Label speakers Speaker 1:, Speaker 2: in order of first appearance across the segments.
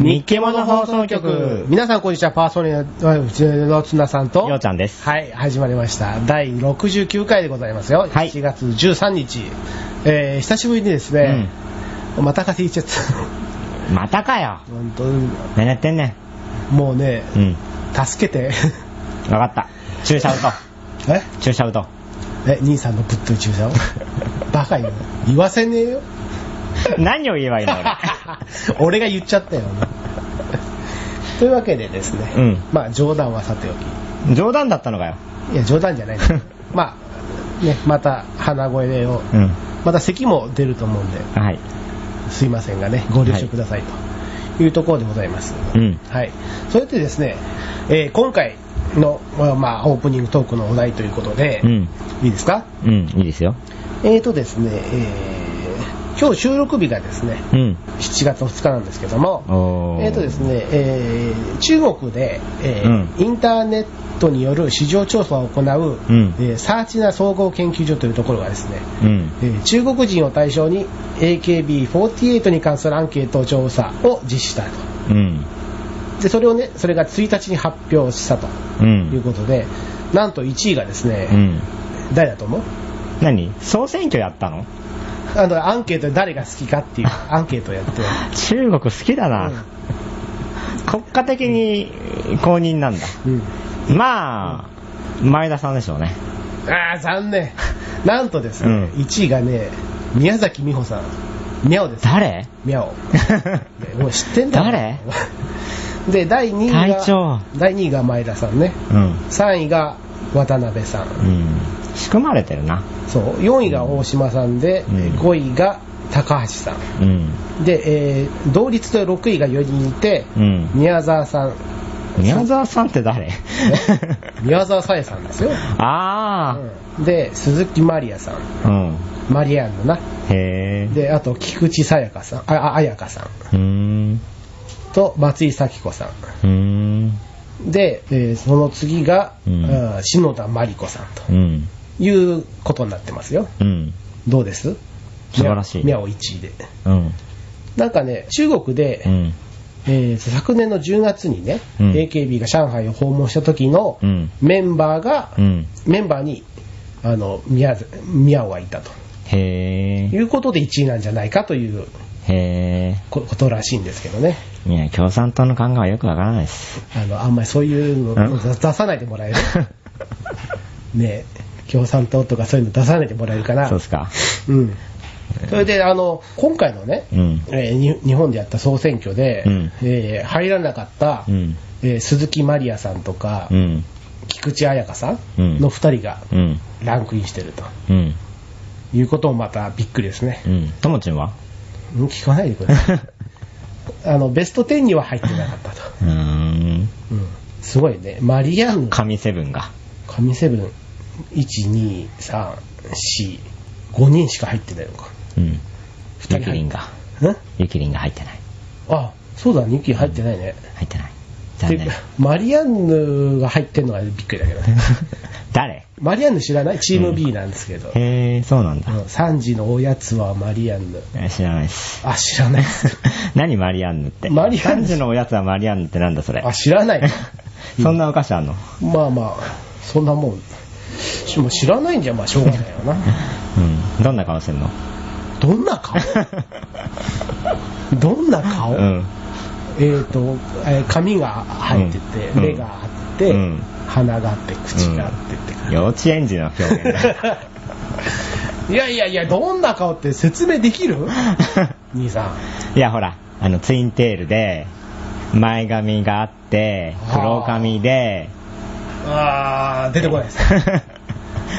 Speaker 1: いけもの放送局
Speaker 2: 皆さんこんにちは、パーソナリティのうちの綱さんと
Speaker 1: よう。ちゃんです。
Speaker 2: はい、始まりました。第69回でございますよ。
Speaker 1: はい
Speaker 2: 7月13日。えー、久しぶりにですね、また風邪ひいちゃった。
Speaker 1: またかよ。
Speaker 2: 本当
Speaker 1: 何やってんね
Speaker 2: もうね、
Speaker 1: ん。うん。
Speaker 2: 助けて。
Speaker 1: わかった。注射打とう。
Speaker 2: え
Speaker 1: 注射打とう。
Speaker 2: え、兄さんのぶっとい注 射をバカよ。言わせねえよ。
Speaker 1: 何を言えばいいの
Speaker 2: 俺が言っちゃったよ。というわけでですね、
Speaker 1: うん
Speaker 2: まあ冗談はさておき。
Speaker 1: 俺。冗談だったのかよ。
Speaker 2: いや、冗談じゃない。 まあ、ね、また鼻声を、
Speaker 1: うん。
Speaker 2: また咳も出ると思うんで、
Speaker 1: はい。
Speaker 2: すいませんがね、ご了承くださいというところでございます。
Speaker 1: うん。
Speaker 2: はい。それでですね、えー今回の、まあ、オープニングトークのお題ということで、
Speaker 1: うん。
Speaker 2: いいですか
Speaker 1: うん。いいですよ。
Speaker 2: えーとですね、えー今日収録日がですね、
Speaker 1: うん。
Speaker 2: 7月2日なんですけども、
Speaker 1: おー。
Speaker 2: えーとです。ね、えー中国で、えーインターネットによる市場調査を行う、
Speaker 1: うん
Speaker 2: えーサーチナ総合研究所というところがですね、
Speaker 1: うん。
Speaker 2: えー中国人を対象に AKB48 に関するアンケート調査を実施したと。
Speaker 1: うん。
Speaker 2: で、それをね、それが1日に発表したと
Speaker 1: う。
Speaker 2: いうんことで、なんと1位がですね、
Speaker 1: うん。
Speaker 2: 誰だと思う
Speaker 1: 何総選挙やったの
Speaker 2: あの、アンケートで誰が好きかっていうアンケートをやって、
Speaker 1: 中国好きだな。国家的に公認なんだ。
Speaker 2: うんうん
Speaker 1: まあ、前田さんでしょうね。
Speaker 2: あー、残念。なんとですね、
Speaker 1: うん
Speaker 2: 1位がね、宮崎美穂さん。ミャオです。
Speaker 1: 誰
Speaker 2: ミャオ。ねもう知ってんだろ
Speaker 1: 誰
Speaker 2: で、第2位が、
Speaker 1: 隊長
Speaker 2: 第2位が前田さんね。
Speaker 1: うん。
Speaker 2: 3位が渡辺さん。
Speaker 1: うん。仕組まれてるな。
Speaker 2: そう。4位が大島さんで、
Speaker 1: うん
Speaker 2: 5位が高橋さん。
Speaker 1: うん。
Speaker 2: で、えー同率で6位が4人いて、
Speaker 1: うん。
Speaker 2: 宮沢さん。
Speaker 1: 宮沢さんって誰
Speaker 2: 宮沢さえさんですよ。
Speaker 1: あ
Speaker 2: うんで、鈴木まりやさん。
Speaker 1: あ、うん。
Speaker 2: マリアンのな。
Speaker 1: へえ。
Speaker 2: で、あと、菊池さやかさん、あ、あ、あやかさん
Speaker 1: うーん。
Speaker 2: と、松井咲子さ
Speaker 1: うーん。
Speaker 2: ん。で、えーその次が、
Speaker 1: うん
Speaker 2: あー篠田麻里子さんと
Speaker 1: うん。
Speaker 2: いうことになってますよ。
Speaker 1: うん。
Speaker 2: どうです
Speaker 1: 素晴らしい
Speaker 2: ミャオ1位で。
Speaker 1: うん。
Speaker 2: なんかね、中国で、
Speaker 1: うん。
Speaker 2: えー昨年の10月にね、
Speaker 1: うん
Speaker 2: AKB が上海を訪問した時の
Speaker 1: うん
Speaker 2: メンバーが、
Speaker 1: うん。
Speaker 2: メンバーに、あの、宮津ミャオがいたと
Speaker 1: へ
Speaker 2: い
Speaker 1: え。
Speaker 2: うことで1位なんじゃないかという
Speaker 1: へ
Speaker 2: こことらしいんですけどね。
Speaker 1: え。いや、共産党の考えはよくわからないです。
Speaker 2: あの、あんまりそういう
Speaker 1: う
Speaker 2: の
Speaker 1: ん
Speaker 2: 出出さないでもらえるねえ、共産党とかそういうの出さないでもらえるかな。
Speaker 1: そうですか。
Speaker 2: うん。それで、あの、今回のね、
Speaker 1: うん。
Speaker 2: えーに日本でやった総選挙で、
Speaker 1: うん
Speaker 2: えー入らなかった、
Speaker 1: うん。
Speaker 2: えー鈴木まりやさんとか、
Speaker 1: うん。
Speaker 2: 菊池彩香さ
Speaker 1: うん
Speaker 2: んの2人が
Speaker 1: うん。
Speaker 2: ランクインしてると
Speaker 1: うん。
Speaker 2: いうこともまたびっくりですね
Speaker 1: う。ん。ともちんは
Speaker 2: うん聞かないでください。あの、ベスト10には入ってなかったと。
Speaker 1: うーん。
Speaker 2: うんすごいね。マリアンヌ
Speaker 1: 神セブンが。
Speaker 2: 神セブン、1、2、3、4、5人しか入ってないのか。
Speaker 1: うん。ゆ
Speaker 2: 二人
Speaker 1: き
Speaker 2: 入
Speaker 1: り
Speaker 2: っ
Speaker 1: んが。
Speaker 2: ん
Speaker 1: ゆきりんが入ってない。
Speaker 2: あ、そうだ、2期入ってないね。
Speaker 1: 入ってない。
Speaker 2: て
Speaker 1: 残念。
Speaker 2: マリアンヌが入ってんのがびっくりだけどね。
Speaker 1: 誰
Speaker 2: マリアンヌ知らないチーム B なんですけど。
Speaker 1: へえ、そうなんだ
Speaker 2: う。ん3時のおやつはマリアンヌ。
Speaker 1: え知らないです。
Speaker 2: あ、知らないっす。
Speaker 1: 何マリアンヌって。
Speaker 2: マリアンヌ
Speaker 1: 3時のおやつはマリアンヌってなんだそれ
Speaker 2: あ、。知らない。
Speaker 1: そんなお菓子あんの
Speaker 2: まあまあ、そんなもん。しもう知らないんじゃ、まあしょうがないよな。
Speaker 1: うん。どんな顔してんの
Speaker 2: どん な顔どんな顔、
Speaker 1: うん。
Speaker 2: えー、と、えー髪が入ってて、
Speaker 1: うん
Speaker 2: 目があって、
Speaker 1: うん
Speaker 2: 鼻があって、口があってって感じ。
Speaker 1: 幼稚園児の表現 だ。
Speaker 2: いやいやいや、どんな顔って説明でき る兄さん。
Speaker 1: いや、ほら、あの、ツインテールで、前髪があって、黒髪で、
Speaker 2: あー、出てこないです。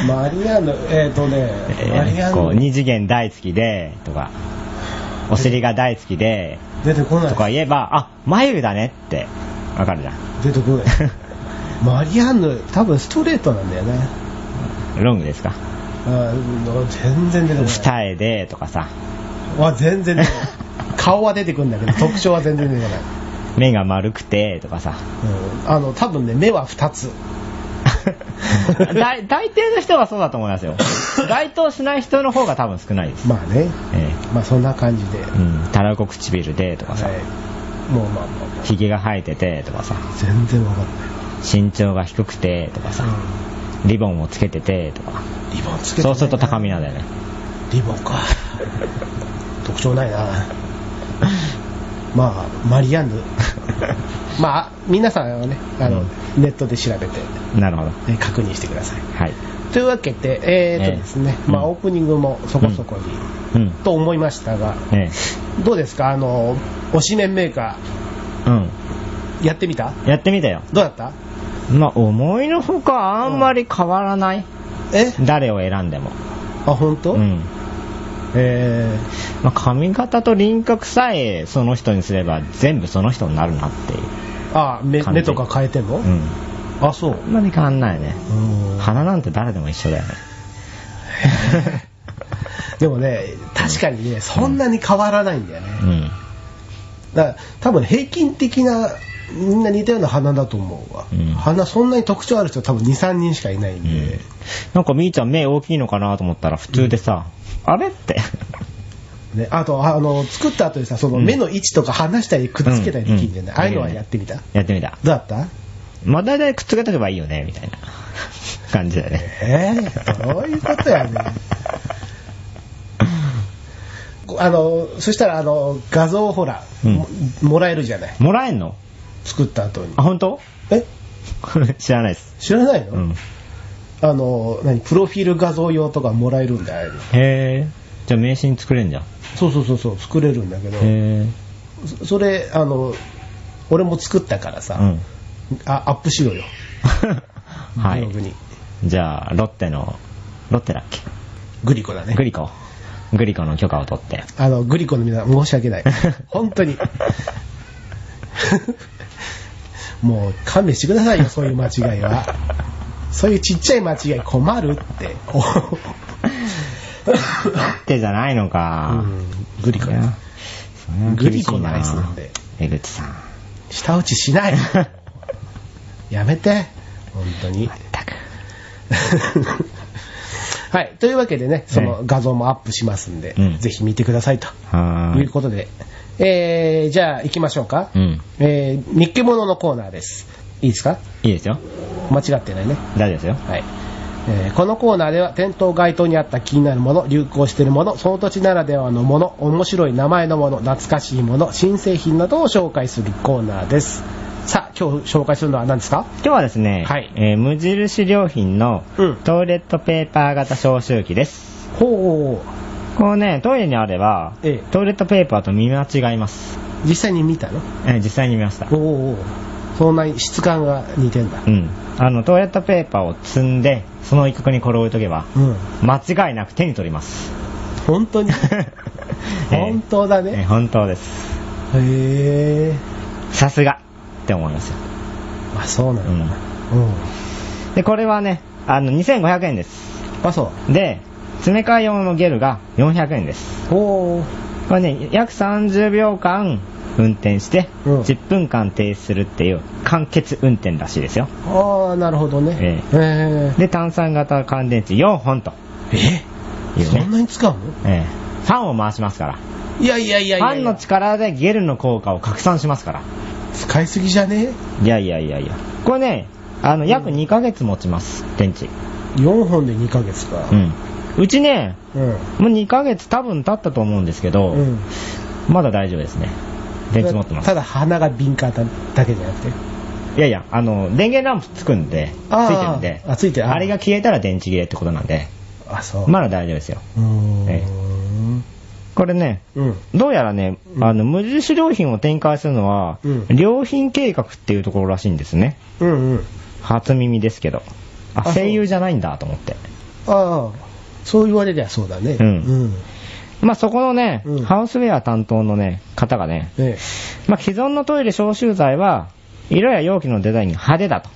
Speaker 2: マリアンヌ、えーとね、マリ
Speaker 1: え
Speaker 2: ア
Speaker 1: ーこう、
Speaker 2: ンヌ、
Speaker 1: 二次元大好きで、とか、お尻が大好きで、
Speaker 2: 出てこない
Speaker 1: とか言えば、あ、眉毛だねって、わかるじゃん。
Speaker 2: 出てこない。マリアンヌ、多分ストレートなんだよね。
Speaker 1: ロングですか
Speaker 2: あー全然出てこない。
Speaker 1: 二重で、とかさ、
Speaker 2: わ、全然出て こない。顔は出てくるんだけど、特徴は全然出てこない。
Speaker 1: 目が丸くて、とかさ。
Speaker 2: うん、あの、多分ね、目は2つ。
Speaker 1: 大大抵の人はそうだと思いますよ。該当しない人の方が多分少ないです。
Speaker 2: まあね。
Speaker 1: え
Speaker 2: まあそんな感じで。
Speaker 1: えうん。たらこ唇でと
Speaker 2: は
Speaker 1: かさ。
Speaker 2: い。もうまあまあまあ
Speaker 1: ひげが生えててとかさ
Speaker 2: 全然わかんない
Speaker 1: 身長が低くてとかさリボンをつけててとか
Speaker 2: リボンつけて
Speaker 1: そうすると高みなんだよね
Speaker 2: リボンか 特徴ないなまあマリ アンヌまあ皆さんはねあの、ネットで調べて、
Speaker 1: なるほど
Speaker 2: え確認してください
Speaker 1: はい
Speaker 2: というわけでえー、とですね、
Speaker 1: ええ
Speaker 2: まあ
Speaker 1: うん
Speaker 2: オープニングもそこそこに、
Speaker 1: うん
Speaker 2: と思いましたが
Speaker 1: ええ
Speaker 2: どうですかあの推しメンメーカ
Speaker 1: うん
Speaker 2: ーやってみた
Speaker 1: やってみたよ
Speaker 2: どうだった
Speaker 1: まあ思いのほかあんまり変わらない、
Speaker 2: え
Speaker 1: 誰を選んでも
Speaker 2: あ本当、
Speaker 1: うん
Speaker 2: え
Speaker 1: まあ、髪型と輪郭さえその人にすれば全部その人になるなっていう、
Speaker 2: ー、あ目
Speaker 1: 感じ
Speaker 2: 目とか変えても、
Speaker 1: うん、
Speaker 2: あそう
Speaker 1: あんまり変わんないね
Speaker 2: うん
Speaker 1: 鼻なんて誰でも一緒だよね
Speaker 2: でもね確かにねそんなに変わらないんだよね、
Speaker 1: うん
Speaker 2: だから多分平均的なみんな似たような花だと思うわ、
Speaker 1: うん
Speaker 2: 花そんなに特徴ある人多分23人しかいないん
Speaker 1: う
Speaker 2: で、
Speaker 1: んなんかみーちゃん目大きいのかなと思ったら普通でさ、あれって
Speaker 2: ね、あとあの作った後にさその
Speaker 1: うん
Speaker 2: 目の位置とか離したりくっつけたりできるんじゃない、
Speaker 1: うん
Speaker 2: ああいうのはやってみた、
Speaker 1: やってみた
Speaker 2: どうだった
Speaker 1: まあ大体くっつけとけばいいよねみたいな 感じだよね
Speaker 2: えー、どういうことやねんこあのそしたらあの画像をほら、
Speaker 1: うん
Speaker 2: ももらえるじゃない
Speaker 1: もらえんの
Speaker 2: 作った後に
Speaker 1: あ本当
Speaker 2: え
Speaker 1: 知らないです
Speaker 2: 知らないの、
Speaker 1: うんへ
Speaker 2: あの何プロフィール画像用とかもらえるんだよ
Speaker 1: えじゃあ名刺に作れんじゃんへ
Speaker 2: そうそうそうそう作れるんだけど、
Speaker 1: え
Speaker 2: そそれあの俺も作ったからさ、
Speaker 1: うん
Speaker 2: あアップしろよ
Speaker 1: は
Speaker 2: ブログ
Speaker 1: い
Speaker 2: に
Speaker 1: じゃあロッテのロッテだっけ
Speaker 2: グリコだね
Speaker 1: グリコ。グリコの許可を取って。
Speaker 2: あのグリコの皆さん申し 訳ない本当に もう勘弁してくださいよそういう間違いはそういうちっちゃい間違い困るって
Speaker 1: ってじゃないのか。
Speaker 2: うんグリコ
Speaker 1: そりゃそりゃ
Speaker 2: グ
Speaker 1: 厳
Speaker 2: リ
Speaker 1: しい
Speaker 2: コのア
Speaker 1: な
Speaker 2: イスなんで
Speaker 1: 江口さん。
Speaker 2: 舌打ちしない やめて本当に
Speaker 1: たく。
Speaker 2: はい。というわけでね、そ
Speaker 1: は
Speaker 2: の
Speaker 1: い
Speaker 2: 画像もアップしますんで、
Speaker 1: うん
Speaker 2: ぜひ見てくださいと
Speaker 1: はー
Speaker 2: いう
Speaker 1: い。
Speaker 2: ことで。えー、じゃあ行きましょうか。
Speaker 1: うん。
Speaker 2: えー、日記物のコーナーです。いいですか
Speaker 1: いいですよ。
Speaker 2: 間違ってないね。
Speaker 1: 大丈夫ですよ。
Speaker 2: はい。えーこのコーナーでは店頭街頭にあった気になるもの、流行しているもの、その土地ならではのもの、面白い名前のもの、懐かしいもの、新製品などを紹介するコーナーです。さあ、今日紹介するのは何ですか
Speaker 1: 今日はですね、
Speaker 2: はい
Speaker 1: えー無印良品の
Speaker 2: うん
Speaker 1: トイレットペーパー型消臭器です。
Speaker 2: ほう。
Speaker 1: こうね、トイレにあれば、
Speaker 2: ええ
Speaker 1: トイレットペーパーと見間違います。
Speaker 2: 実際に見たの
Speaker 1: えー実際に見ました
Speaker 2: お。おそんなに質感が似てんだ
Speaker 1: うん。あの、トイレットペーパーを積んで、その一角にこれを置いとけば、
Speaker 2: うん
Speaker 1: 間違いなく手に取り ます。
Speaker 2: 本 当に本当だ
Speaker 1: えー
Speaker 2: ね
Speaker 1: 本当です
Speaker 2: へえ
Speaker 1: さすがって思いますよ、
Speaker 2: あそうな
Speaker 1: うん
Speaker 2: だ
Speaker 1: ん、
Speaker 2: うん
Speaker 1: でこれはねあの2500円です
Speaker 2: あそ
Speaker 1: で詰め替え用のゲルが400円です
Speaker 2: うおお
Speaker 1: これね約30秒間運転して
Speaker 2: うん
Speaker 1: 10分間停止するっていう完結運転らしいですよ
Speaker 2: ああなるほどね
Speaker 1: え
Speaker 2: え
Speaker 1: で炭酸型乾電池4本と
Speaker 2: え
Speaker 1: い
Speaker 2: え
Speaker 1: う
Speaker 2: そん
Speaker 1: ね、
Speaker 2: なに使うの
Speaker 1: ええ、ファンを回しますから
Speaker 2: いやいやいやい
Speaker 1: フ
Speaker 2: や
Speaker 1: ァン
Speaker 2: い
Speaker 1: の
Speaker 2: や
Speaker 1: 力でゲルの効果を拡散しますから
Speaker 2: 使いすぎじゃね
Speaker 1: いやいやいやいやこれねあの約2ヶ月持ちます電池
Speaker 2: 4本で2ヶ月か
Speaker 1: うんうちね
Speaker 2: うん
Speaker 1: もう2ヶ月多分経ったと思うんですけど、
Speaker 2: うん
Speaker 1: まだ大丈夫ですね。電池持ってます。
Speaker 2: ただ鼻が敏感だだけじゃなくて
Speaker 1: いやいや、あの、電源ランプつくんで、つ
Speaker 2: あー
Speaker 1: いてるんで、
Speaker 2: あついてるあー
Speaker 1: あれが消えたら電池切れってことなんで、
Speaker 2: あそう
Speaker 1: まだ大丈夫ですよ。
Speaker 2: うーん
Speaker 1: えこれね、
Speaker 2: うん
Speaker 1: どうやらね、
Speaker 2: うん
Speaker 1: あの、無印良品を展開するのは、
Speaker 2: うん
Speaker 1: 良品計画っていうところらしいんですね。
Speaker 2: うんうん
Speaker 1: 初耳ですけど。
Speaker 2: あ
Speaker 1: あ、
Speaker 2: そう
Speaker 1: 声優じゃないんだと思って。
Speaker 2: ああそう言われりゃそうだね
Speaker 1: うん
Speaker 2: うん
Speaker 1: まあ、そこのね、
Speaker 2: うん
Speaker 1: ハウスウェア担当のね、方がね、
Speaker 2: ええ
Speaker 1: まあ、既存のトイレ消臭剤は、色や容器のデザインが派手だと。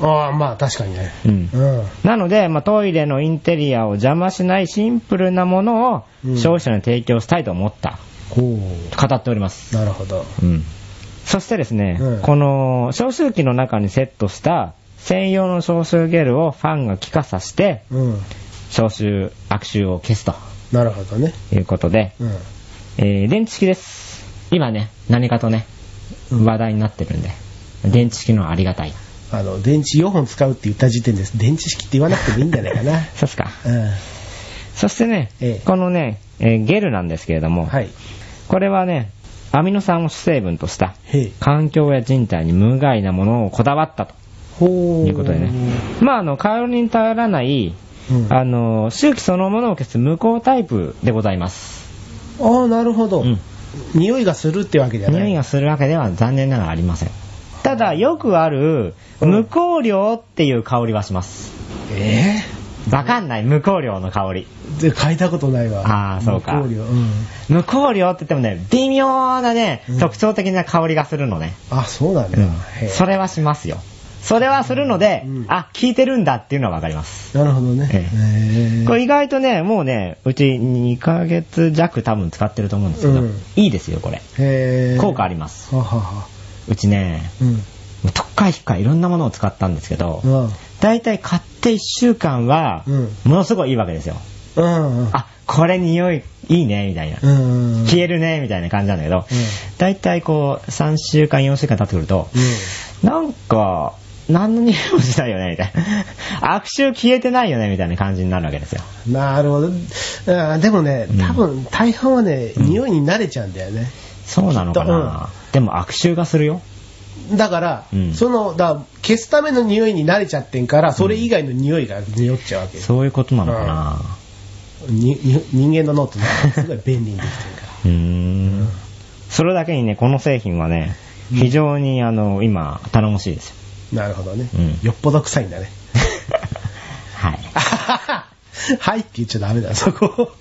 Speaker 2: ああ、まあ確かにね。
Speaker 1: うん
Speaker 2: うん。
Speaker 1: なので、まあ、トイレのインテリアを邪魔しないシンプルなものを
Speaker 2: うん
Speaker 1: 消費者に提供したいと思った、
Speaker 2: ほ
Speaker 1: と語っております。
Speaker 2: う。なるほど。
Speaker 1: うん。そしてですね、
Speaker 2: うん
Speaker 1: この消臭器の中にセットした専用の消臭ゲルをファンが気化させて、
Speaker 2: うん。
Speaker 1: 消臭、悪臭を消すと
Speaker 2: なるほどね。
Speaker 1: いうことで、
Speaker 2: うん。
Speaker 1: えー、電池式です。今ね、何かとね、話題になってるんで、電池機能ありがたい。
Speaker 2: あの、電池4本使うって言った時点です。電池式って言わなくてもいいんじゃない かな。
Speaker 1: そうっすか。
Speaker 2: う
Speaker 1: そしてね、
Speaker 2: ええ
Speaker 1: このね、えーゲルなんですけれども、
Speaker 2: ん。はい。
Speaker 1: これはね、アミノ酸を主成分とした
Speaker 2: へい。
Speaker 1: 環境や人体に無害なものをこだわったと
Speaker 2: ほー。
Speaker 1: いうことでね。まあ、あの、カロリーに頼らない、
Speaker 2: うん、あ
Speaker 1: あの、周期そのものを消す無効タイプでございます。
Speaker 2: あー、なるほど、
Speaker 1: うん
Speaker 2: 匂いがするってわけじゃない。
Speaker 1: 匂いがするわけでは残念ながらありません。ただ、よくある、無香料っていう香りはします。
Speaker 2: え
Speaker 1: わかんない、無香料の香り。
Speaker 2: ぇ、で嗅いだことないわ。
Speaker 1: あーそうか
Speaker 2: 香料うん。
Speaker 1: 無香料って言ってもね、微妙なね
Speaker 2: うん、
Speaker 1: 特徴的な香りがするのね。
Speaker 2: あ、そうなんだ。へー
Speaker 1: それはしますよ。それはするので
Speaker 2: うん、
Speaker 1: あ、効いてるんだっていうのはわかります。
Speaker 2: なるほどね。
Speaker 1: え
Speaker 2: へー
Speaker 1: これ意外とね、もうね、うち2ヶ月弱多分使ってると思うんですけど、
Speaker 2: うん
Speaker 1: いいですよ、これ。
Speaker 2: へー
Speaker 1: 効果あります。
Speaker 2: ははは。
Speaker 1: うちね、
Speaker 2: うん。
Speaker 1: 特価引っかいろんなものを使ったんですけど、
Speaker 2: うん。
Speaker 1: 大体買って1週間は
Speaker 2: うん、
Speaker 1: ものすごいいいわけですよ。
Speaker 2: うん。
Speaker 1: あ、これ匂いいいね、みたいな。
Speaker 2: うん。うん。
Speaker 1: 消えるね、みたいな感じなんだけど
Speaker 2: うん、
Speaker 1: 大体こう、3週間、4週間経ってくると、なんか、何の匂いもしないよね、みたいな。 悪臭消えてないよね、みたいな感じになるわけですよ。
Speaker 2: うん。なるほど。うんでもね
Speaker 1: う、ん
Speaker 2: 多分、大半はね、
Speaker 1: うん
Speaker 2: 匂いに慣れちゃうんだよね。
Speaker 1: そうなのかな、でも悪臭がするよ。
Speaker 2: だから、
Speaker 1: うん
Speaker 2: その、だから消すための匂いに慣れちゃってんから、それ以外の匂いが匂っちゃうわけよ。
Speaker 1: そういうことなのかな、
Speaker 2: にに人間の 脳ってねすごい便利にできてるから。
Speaker 1: うーん。それだけにね、この製品はね、非常にあの、今、頼もしいです よ。
Speaker 2: なるほどね、
Speaker 1: うん
Speaker 2: よっぽど臭いんだね。
Speaker 1: はい。
Speaker 2: はいって言っちゃダメだ、そこ。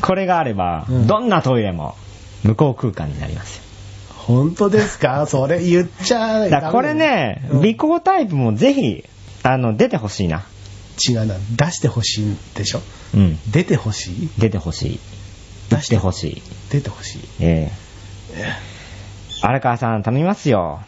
Speaker 1: これがあれば、
Speaker 2: うん
Speaker 1: どんなトイレも、無効空間になりますよ。
Speaker 2: 本当ですかそれ言っちゃダ
Speaker 1: だ
Speaker 2: メだ
Speaker 1: からこれね、
Speaker 2: うん
Speaker 1: 微光タイプもぜひ、あの、出てほしいな。
Speaker 2: 違うな。出してほしいんでしょ
Speaker 1: うん。
Speaker 2: 出てほしい
Speaker 1: 出てほしい。
Speaker 2: 出
Speaker 1: 出
Speaker 2: し
Speaker 1: しててほしい。
Speaker 2: 出てほしい。
Speaker 1: ええ荒川さん、頼みますよ。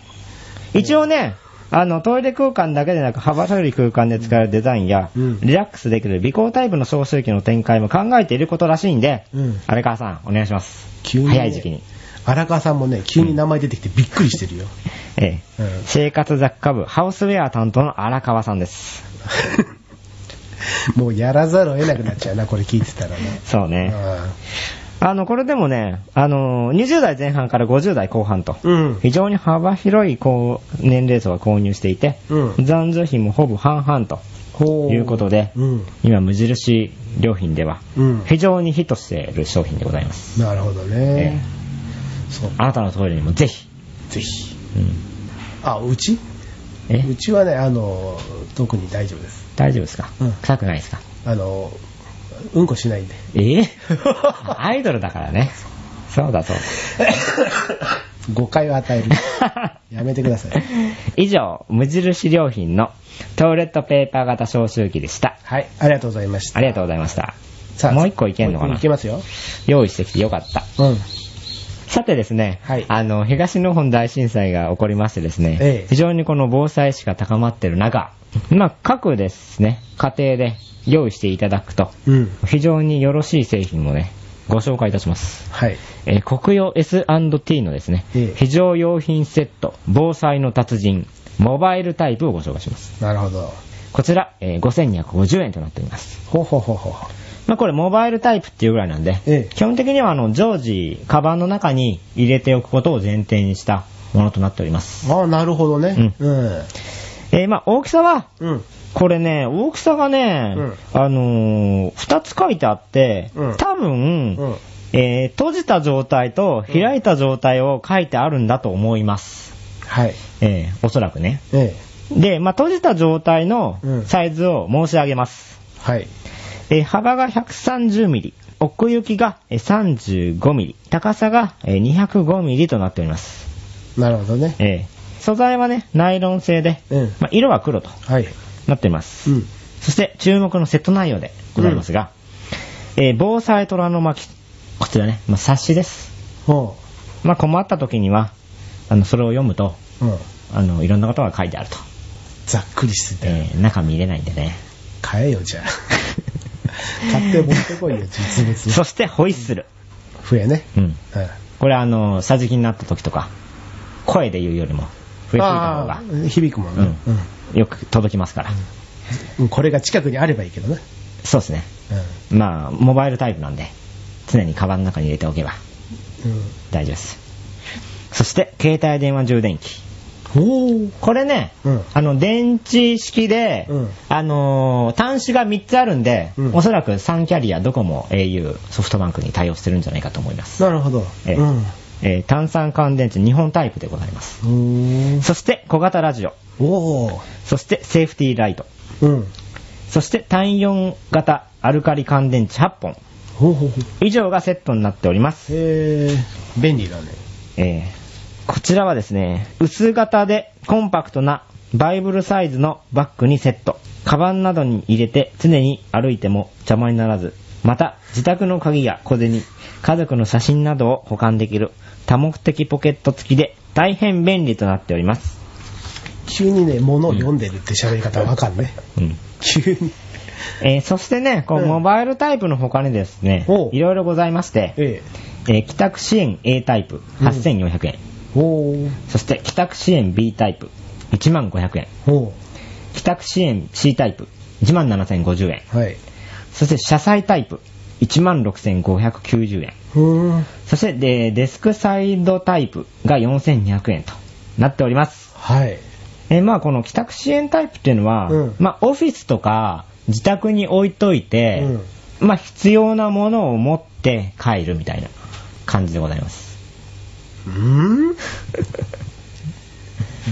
Speaker 1: 一応ね、あの、トイレ空間だけでなく、幅広い空間で使えるデザインや、
Speaker 2: うん
Speaker 1: リラックスできる微光タイプの消臭器の展開も考えていることらしいんで、
Speaker 2: うん
Speaker 1: 荒川さん、お願いします。
Speaker 2: 急にね
Speaker 1: 早い時期に。
Speaker 2: 荒川さんもね、急に名前出てきてびっくりし てるよ。
Speaker 1: ええ
Speaker 2: うん
Speaker 1: 生活雑貨部、ハウスウェア担当の荒川さんです。
Speaker 2: もうやらざるを得なくなっちゃうな、これ聞いてたらね。
Speaker 1: そうね。あの、これでもね、あの、20代前半から50代後半と、
Speaker 2: うん
Speaker 1: 非常に幅広いこう年齢層が購入していて、
Speaker 2: うん
Speaker 1: 残女比もほぼ半々と
Speaker 2: ほ
Speaker 1: いうことで、
Speaker 2: うん。
Speaker 1: 今無印良品では
Speaker 2: うん
Speaker 1: 非常にヒットしている商品でございます。
Speaker 2: なるほどね。そう。
Speaker 1: あなたのトイレにもぜひ。
Speaker 2: ぜひ。
Speaker 1: うん
Speaker 2: あ、うち
Speaker 1: え
Speaker 2: うちはね、あの、特に大丈夫です。
Speaker 1: 大丈夫ですか、
Speaker 2: うん
Speaker 1: 臭くないですか
Speaker 2: あの、うんこしないんで。
Speaker 1: ええ アイドルだからね。そうだそう
Speaker 2: 誤解 を与える。
Speaker 1: だ。
Speaker 2: やめてください。
Speaker 1: 以上、無印良品のトイレットペーパー型消臭器でした。
Speaker 2: はい、ありがとうございました。
Speaker 1: ありがとうございました。
Speaker 2: さあ
Speaker 1: もう一個いけんのか
Speaker 2: も
Speaker 1: な
Speaker 2: う一個いけますよ。
Speaker 1: 用意してきてよかった。
Speaker 2: うん。
Speaker 1: さてですね、
Speaker 2: はい
Speaker 1: あの、東日本大震災が起こりましてですね、
Speaker 2: ええ
Speaker 1: 非常にこの防災意識が高まっている中、まあ、各ですね、家庭で用意していただくと、
Speaker 2: うん。
Speaker 1: 非常によろしい製品をね、ご紹介いたします。
Speaker 2: はい。
Speaker 1: えー国用 S&T のですね、
Speaker 2: ええ
Speaker 1: 非常用品セット、防災の達人、モバイルタイプをご紹介します。
Speaker 2: なるほど。
Speaker 1: こちら、えー5250円となっております。
Speaker 2: ほうほうほうほう。
Speaker 1: まあ、これモバイルタイプっていうぐらいなんで、
Speaker 2: ええ
Speaker 1: 基本的にはあの常時、カバンの中に入れておくことを前提にしたものとなっております。
Speaker 2: ああ、なるほどね。。
Speaker 1: うんえーまあ大きさは、
Speaker 2: うん。
Speaker 1: これね、大きさがね、あのー、2つ書いてあって、
Speaker 2: うん
Speaker 1: 多分、
Speaker 2: うん
Speaker 1: えー閉じた状態と開いた状態を書いてあるんだと思います。
Speaker 2: はい。
Speaker 1: えーおそらくね。
Speaker 2: ええ。
Speaker 1: で、まあ、閉じた状態の
Speaker 2: うん
Speaker 1: サイズを申し上げます。
Speaker 2: はい。
Speaker 1: えー幅が130ミリ、奥行きがえー35ミリ、高さがえー205ミリとなっております。
Speaker 2: なるほどね。
Speaker 1: えー素材はね、ナイロン製で、
Speaker 2: うん
Speaker 1: まあ色は黒と
Speaker 2: はい。
Speaker 1: なっています。
Speaker 2: うん。
Speaker 1: そして注目のセット内容でございますが、えー防災虎の巻、こちらね、まあ、冊子です。
Speaker 2: ほ
Speaker 1: まあ、困った時には、あの、それを読むと、
Speaker 2: う。うん。
Speaker 1: あの、いろんなことが書いてあると。
Speaker 2: ざっくりしてて。
Speaker 1: えー中見れないんでね。
Speaker 2: 買えよ、じゃあ。 買って持ってこいよ、実物。
Speaker 1: そしてホイッスル。
Speaker 2: 笛ね。
Speaker 1: うん。
Speaker 2: うん。
Speaker 1: これあの、桟敷になった時とか、声で言うよりも、笛吹いた方
Speaker 2: あ
Speaker 1: が、
Speaker 2: あ、響くもんね。うん
Speaker 1: うん、よく届きますから。
Speaker 2: うん。これが近くにあればいいけどね。
Speaker 1: そうですね。まあ、モバイルタイプなんで、常にカバンの中に入れておけば
Speaker 2: うん。
Speaker 1: 大丈夫です。そして、携帯電話充電器。
Speaker 2: うん。おー。
Speaker 1: これね、
Speaker 2: うん
Speaker 1: あの、電池式で、
Speaker 2: うん
Speaker 1: あのー端子が3つあるんで、
Speaker 2: うん
Speaker 1: おそらくサンキャリア、ドコモ、au、ソフトバンクに対応してるんじゃないかと思います。
Speaker 2: なるほど。
Speaker 1: えええー炭酸乾電池2本タイプでございます。
Speaker 2: うん。
Speaker 1: そして、小型ラジオ。
Speaker 2: おー。
Speaker 1: そして、セーフティーライト。
Speaker 2: うん。
Speaker 1: そして、単4型アルカリ乾電池8本。
Speaker 2: ほうほうほう。
Speaker 1: 以上がセットになっております。
Speaker 2: へー。便利だね。
Speaker 1: えーこちらはですね、薄型でコンパクトなバイブルサイズのバッグにセット。カバンなどに入れて常に歩いても邪魔にならず、また自宅の鍵や小銭、家族の写真などを保管できる多目的ポケット付きで大変便利となっております。
Speaker 2: 急にね、物を読んでるって喋り方わかんね。
Speaker 1: うん。
Speaker 2: 急に。
Speaker 1: えーそしてね、こ
Speaker 2: う
Speaker 1: うんモバイルタイプの他にですね
Speaker 2: おう、
Speaker 1: いろいろございまして、
Speaker 2: ええ。
Speaker 1: えー帰宅支援 A タイプ
Speaker 2: うん
Speaker 1: 8400円、
Speaker 2: おー。
Speaker 1: そして帰宅支援 B タイプ1万500円、
Speaker 2: お
Speaker 1: 帰宅支援 C タイプ1万7050円
Speaker 2: ー。はい。
Speaker 1: そして車載タイプ1万6590円
Speaker 2: うーん。
Speaker 1: そしてでデスクサイドタイプが4200円となっております
Speaker 2: はい。
Speaker 1: えーまあこの帰宅支援タイプっていうのは、
Speaker 2: うん
Speaker 1: まあオフィスとか自宅に置いといて、
Speaker 2: うん
Speaker 1: まあ必要なものを持って帰るみたいな感じでございます
Speaker 2: うーん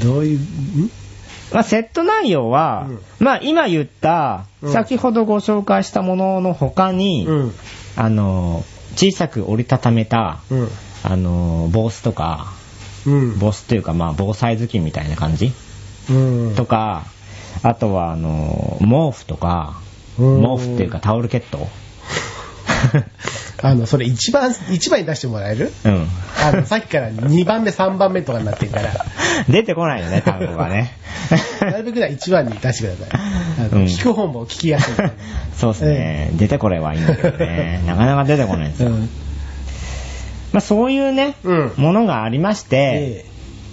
Speaker 2: どういう、ん
Speaker 1: まあ、セット内容は、まあ、今言った、
Speaker 2: うん
Speaker 1: 先ほどご紹介したものの他に、
Speaker 2: うん
Speaker 1: あの、小さく折りたためた、
Speaker 2: うん。
Speaker 1: あの、防スとか、
Speaker 2: うん。
Speaker 1: 防スというか、まあ、防災頭巾みたいな感じ、
Speaker 2: うん。
Speaker 1: とか、あとは、あの、毛布とか、
Speaker 2: うん
Speaker 1: 毛布っていうかタオルケット
Speaker 2: あの、それ一番、一番に出してもらえる
Speaker 1: うん。
Speaker 2: あの、さっきから2番目、3番目とかになってるから、。
Speaker 1: 出てこないよね、単語がね
Speaker 2: なるべくは1番に出してください。あの
Speaker 1: うん
Speaker 2: 聞く方も聞きやすいから。
Speaker 1: そうですね、出てこれはいいんだけどね、なかなか出てこないんです
Speaker 2: う
Speaker 1: よ。
Speaker 2: ん。
Speaker 1: まあ、そういうね、
Speaker 2: うん
Speaker 1: ものがありまして、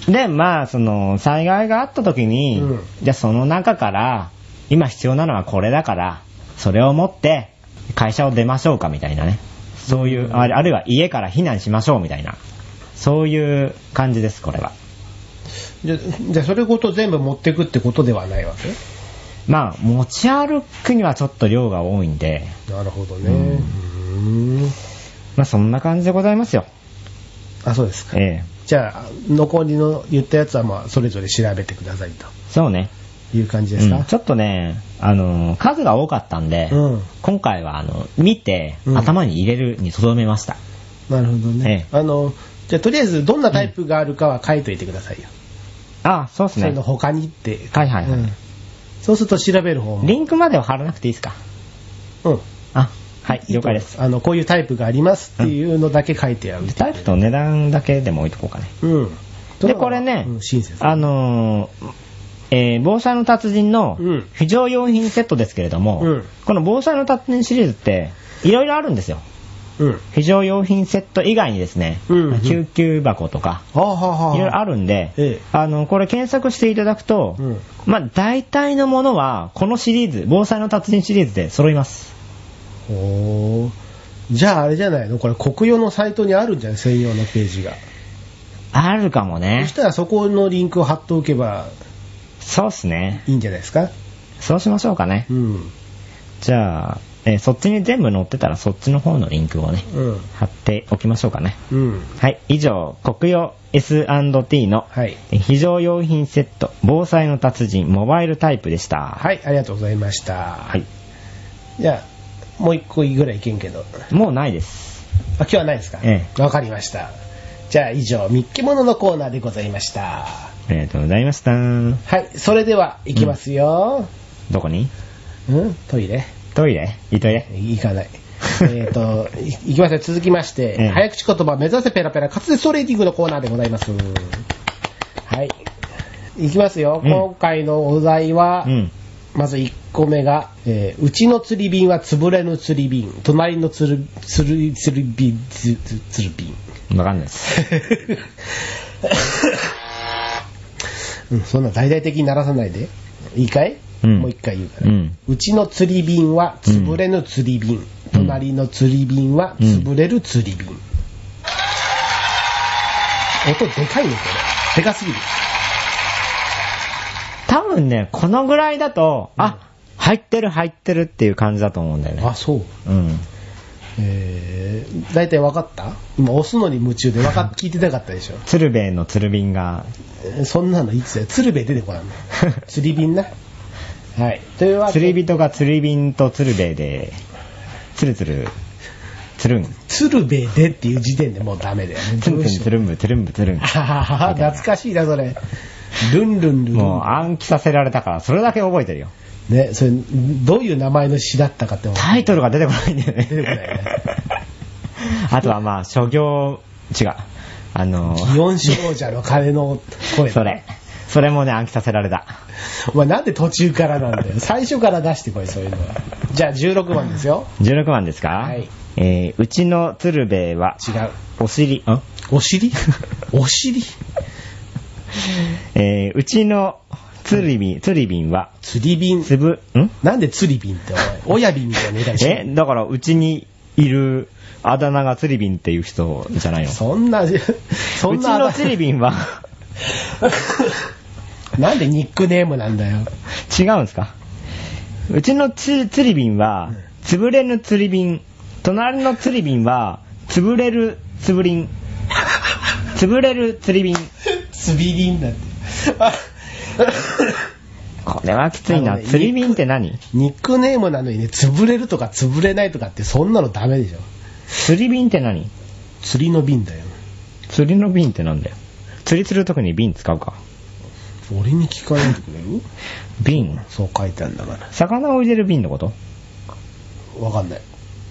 Speaker 2: え
Speaker 1: で、まあ、その、災害があった時に、
Speaker 2: うん
Speaker 1: じゃあその中から、今必要なのはこれだから、それを持って、会社を出ましょうかみたいなね。そういう、ああるいは家から避難しましょうみたいな。そういう感じです、これは。
Speaker 2: えじゃじゃあ、それごと全部持ってくってことではないわ
Speaker 1: まあ、持ち歩くにはちょっと量が多いんで、
Speaker 2: けなるほどね。うーん。
Speaker 1: まあそんな感じでございますよ。
Speaker 2: あ、そうですか。
Speaker 1: ええ。
Speaker 2: じゃあ、残りの言ったやつは、まあ、それぞれ調べてくださいと
Speaker 1: そうね。
Speaker 2: いう感じです
Speaker 1: うん
Speaker 2: か。
Speaker 1: ちょっとね、あの、数が多かったんで、
Speaker 2: うん
Speaker 1: 今回は、あの、見て、
Speaker 2: うん
Speaker 1: 頭に入れるにとどめました。
Speaker 2: なるほどね。
Speaker 1: え
Speaker 2: あの、じゃあ、とりあえず、どんなタイプがあるかは書いといてくださいよ。
Speaker 1: あ、そうです
Speaker 2: それ
Speaker 1: ね
Speaker 2: の。他にって。
Speaker 1: はいはいはい
Speaker 2: うんそうすると調べる方も。
Speaker 1: リンクまでは貼らなくていいですか
Speaker 2: うん。
Speaker 1: あ、はい、了解です。
Speaker 2: あの、こういうタイプがありますっていうのだけ書いてある。
Speaker 1: でタイプと値段だけでも置いとこうかね。
Speaker 2: うん。
Speaker 1: で、これね
Speaker 2: うん、親切。
Speaker 1: あのー、えー防災の達人の
Speaker 2: うん
Speaker 1: 非常用品セットですけれども、
Speaker 2: うん
Speaker 1: この防災の達人シリーズって、いろいろあるんですよ。
Speaker 2: うん。
Speaker 1: 非常用品セット以外にですね、
Speaker 2: うん
Speaker 1: 救急箱とか、
Speaker 2: はあはあはあ。
Speaker 1: いろいろあるんで、
Speaker 2: ええ
Speaker 1: あの、これ検索していただくと、
Speaker 2: うん
Speaker 1: まあ、大体のものは、このシリーズ、防災の達人シリーズで揃います。
Speaker 2: ほーじゃああれじゃないのこれ国用のサイトにあるんじゃない専用のページが。
Speaker 1: あるかも
Speaker 2: そ
Speaker 1: ね
Speaker 2: し。たらそこのリンクを貼っておけば
Speaker 1: そうっすね。
Speaker 2: いいんじゃないですか
Speaker 1: そうしましょうかね
Speaker 2: う。ん。
Speaker 1: じゃあ、えーそっちに全部載ってたら、そっちの方のリンクをね、
Speaker 2: うん。
Speaker 1: 貼っておきましょうかね。
Speaker 2: うん。
Speaker 1: はい、以上、国用 S&T の
Speaker 2: はい。
Speaker 1: えー非常用品セット、防災の達人、モバイルタイプでした。
Speaker 2: はい、ありがとうございました。
Speaker 1: はい。
Speaker 2: じゃあ、もう一個ぐらいいけんけど。
Speaker 1: もうないです。
Speaker 2: あ、今日はないですか
Speaker 1: え
Speaker 2: わかりました。じゃあ以上、見っけもののコーナーでございました。
Speaker 1: ありがとうございました。
Speaker 2: はい、それでは行きますよ。
Speaker 1: どこに
Speaker 2: うんトイレ
Speaker 1: トイレいいトイレ
Speaker 2: 行 かない。えっと、いいきますよ。続きまして、
Speaker 1: ええ
Speaker 2: 早口言葉目指せペラペラ滑舌トレーディングのコーナーでございます。はい。いきますよ。
Speaker 1: うん
Speaker 2: 今回のお題は、
Speaker 1: うん。
Speaker 2: まず1個目が、えーうちの釣り瓶は潰れぬ釣り瓶、隣の釣る、釣る、釣り瓶、釣釣釣る瓶。
Speaker 1: わかんないです。
Speaker 2: うん、そんな大々的に鳴らさないで。いいかい、
Speaker 1: うん
Speaker 2: もう一回言うか
Speaker 1: う。
Speaker 2: ら。うんちの釣り瓶は潰れぬ釣り瓶、隣の釣り瓶は潰れる釣り瓶、音でかいね、これ。でかすぎる。
Speaker 1: 多分ね、このぐらいだと、あ、入ってる入ってるっていう感じだと思うんだよね。
Speaker 2: あ、そう。
Speaker 1: うん。
Speaker 2: えー、大体分かった今押すのに夢中で分 かっ聞いてなかったでしょ。
Speaker 1: 鶴瓶の鶴瓶が、
Speaker 2: えーそんなのいつだよ。鶴瓶出てこないの。 釣り瓶な。はい。というわけで。
Speaker 1: 釣り人が釣り瓶と鶴瓶で、つるつる、つるん、
Speaker 2: 鶴瓶でっていう時点でもうダメだよね。
Speaker 1: つんつんつるんぶつるんぶつるん。
Speaker 2: はははは懐かしいな、それ。ルンルンルンル
Speaker 1: もう
Speaker 2: ン。
Speaker 1: 暗記させられたから、それだけ覚えてるよ。
Speaker 2: ね、それ、どういう名前の詩だったかって思う
Speaker 1: タイトルが出てこないんだよね。
Speaker 2: 出てこないね
Speaker 1: あとはまあ、諸行、違う。あの、
Speaker 2: 祇園少女の鐘の声。
Speaker 1: それ。。それもね、暗記させられた。
Speaker 2: お前なんで途中からなんだよ。最初から出してこい、そういうのは。じゃあ16番ですよ。
Speaker 1: 16番ですか
Speaker 2: はい。
Speaker 1: えー、うちの鶴瓶は、
Speaker 2: 違う。
Speaker 1: お尻、ん
Speaker 2: お尻お尻
Speaker 1: えー、うちの釣り瓶、釣り瓶は、
Speaker 2: 釣り瓶。
Speaker 1: つぶ、ん
Speaker 2: なんで釣り瓶ってお 前、親瓶みたいな言い方して
Speaker 1: え、だからうちにいるあだ名が釣り瓶っていう人じゃないの
Speaker 2: そんな、そんな。
Speaker 1: うちの釣り瓶は
Speaker 2: なんでニックネームなんだよ。
Speaker 1: 違うんですかうちのつ釣り瓶は、潰れぬ釣り瓶。隣の釣り瓶は、潰れる釣り瓶。潰れる釣り瓶。
Speaker 2: スビリンだって。
Speaker 1: これ はきつい
Speaker 2: あ
Speaker 1: な。
Speaker 2: のね
Speaker 1: 釣り瓶って何
Speaker 2: ニックネームなのにね、潰れるとか潰れないとかってそんなのダメでしょ。
Speaker 1: 釣り瓶って何
Speaker 2: 釣りの瓶だよ。
Speaker 1: 釣りの瓶ってなんだよ。釣りするときに瓶使うか。
Speaker 2: 俺に聞かないでくれる
Speaker 1: 瓶
Speaker 2: そう書いてあるんだから。
Speaker 1: 魚を入れる瓶のこと
Speaker 2: わかんない。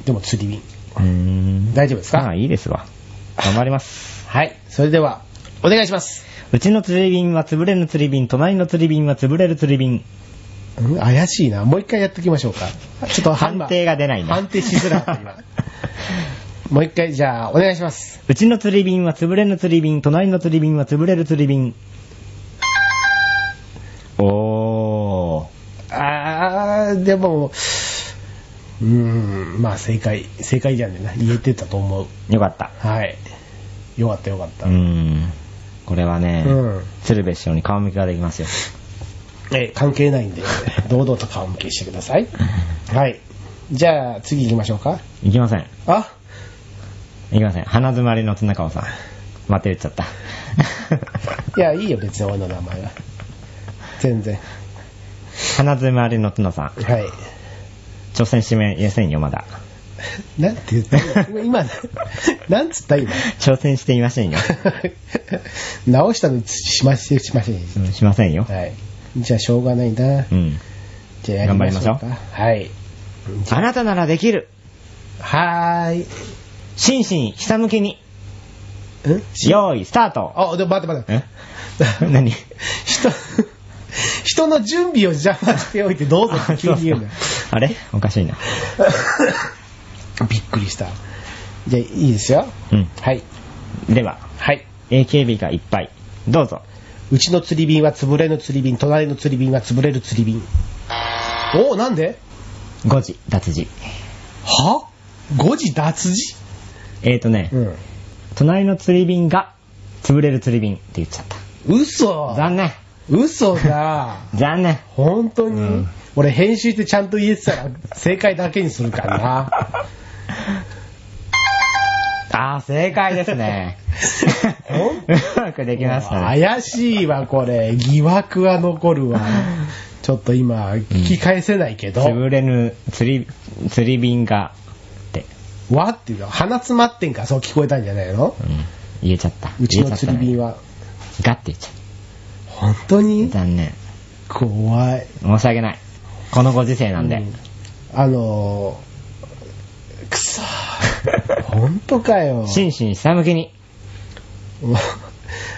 Speaker 2: でも釣り瓶。
Speaker 1: うーん。
Speaker 2: 大丈夫です
Speaker 1: ああ、
Speaker 2: か
Speaker 1: いいですわ。頑張ります。
Speaker 2: はい。それでは、お願いします。
Speaker 1: うちの釣り瓶は潰れぬ釣り瓶、隣の釣り瓶は潰れる釣り瓶。
Speaker 2: うん怪しいな。もう一回やっておきましょうか。ちょっ と
Speaker 1: 判定が出ない
Speaker 2: 判
Speaker 1: な。
Speaker 2: 定しづらかっ た今。もう一回、じゃあ、お願いします。
Speaker 1: うちの釣り瓶は潰れぬ釣り瓶、隣の釣り瓶は潰れる釣り瓶。おー。
Speaker 2: あー、でも、うーん、まあ正解、正解じゃねえな。言えてたと思う。
Speaker 1: よかった。
Speaker 2: はい。よかったよかった。
Speaker 1: うーん。これはね、
Speaker 2: うん
Speaker 1: 鶴瓶師匠に顔向きができますよ。
Speaker 2: え、関係ないんで、堂々と顔向けしてください。はい。じゃあ、次行きましょうか。
Speaker 1: いきません。
Speaker 2: あ
Speaker 1: いきません。鼻詰まりのツナカオさん。また言っちゃった。
Speaker 2: いや、いいよ、別に俺の名前は。全然。
Speaker 1: 鼻詰まりのツナさん。
Speaker 2: はい。
Speaker 1: 挑戦してみませんよ、まだ。
Speaker 2: なんて言った今、今 なんつった今。
Speaker 1: 挑戦してみませんよ。
Speaker 2: 直したのしまし、しまし。
Speaker 1: うんしませんよ。
Speaker 2: はい。じゃあ、しょうがないな。
Speaker 1: うん。
Speaker 2: じゃあ、やりましょうか。
Speaker 1: 頑張りま
Speaker 2: はい。じゃ
Speaker 1: あなたならできる。
Speaker 2: あはーい。
Speaker 1: 心身、ひさむきに。
Speaker 2: ん
Speaker 1: 用意、スタート。
Speaker 2: あ、でも待って待って。
Speaker 1: え 何
Speaker 2: 人、人の準備を邪魔しておいてどうぞって 急に言うんだよ。
Speaker 1: あれおかしいな。
Speaker 2: びっくりした。じゃあ、いいですよ。
Speaker 1: うん。
Speaker 2: はい。
Speaker 1: では、
Speaker 2: はい。
Speaker 1: AKB がいっぱい。どうぞ。
Speaker 2: うちの釣り瓶は潰れぬ釣り瓶、隣の釣り瓶は潰れる釣り瓶。おお、なんで
Speaker 1: 5時、脱字。
Speaker 2: は ?5 時脱字
Speaker 1: えーとね、
Speaker 2: うん。
Speaker 1: 隣の釣り瓶が、潰れる釣り瓶って言っちゃった。
Speaker 2: 嘘
Speaker 1: 残念。
Speaker 2: 嘘だ。
Speaker 1: 残念。
Speaker 2: 本当に、
Speaker 1: うん
Speaker 2: 俺編集してちゃんと言えてたら正解だけにするか らな。
Speaker 1: あー、正解です ね。 うまくできましたね。
Speaker 2: 怪しいわ、これ。疑惑は残るわ。ちょっと今、聞き返せないけど。
Speaker 1: 潰れぬ釣り、釣り瓶が、って、
Speaker 2: わっていうか、鼻詰まってんからそう聞こえたんじゃないの
Speaker 1: うん、言えちゃった。
Speaker 2: うちの釣り瓶
Speaker 1: は。
Speaker 2: は。
Speaker 1: ガって言っちゃっ
Speaker 2: 本当に
Speaker 1: た。残念。
Speaker 2: 怖い。
Speaker 1: 申し訳ない。このご時世なんで。
Speaker 2: あのー、くそ ー。本当かよ。
Speaker 1: 心身下向きに。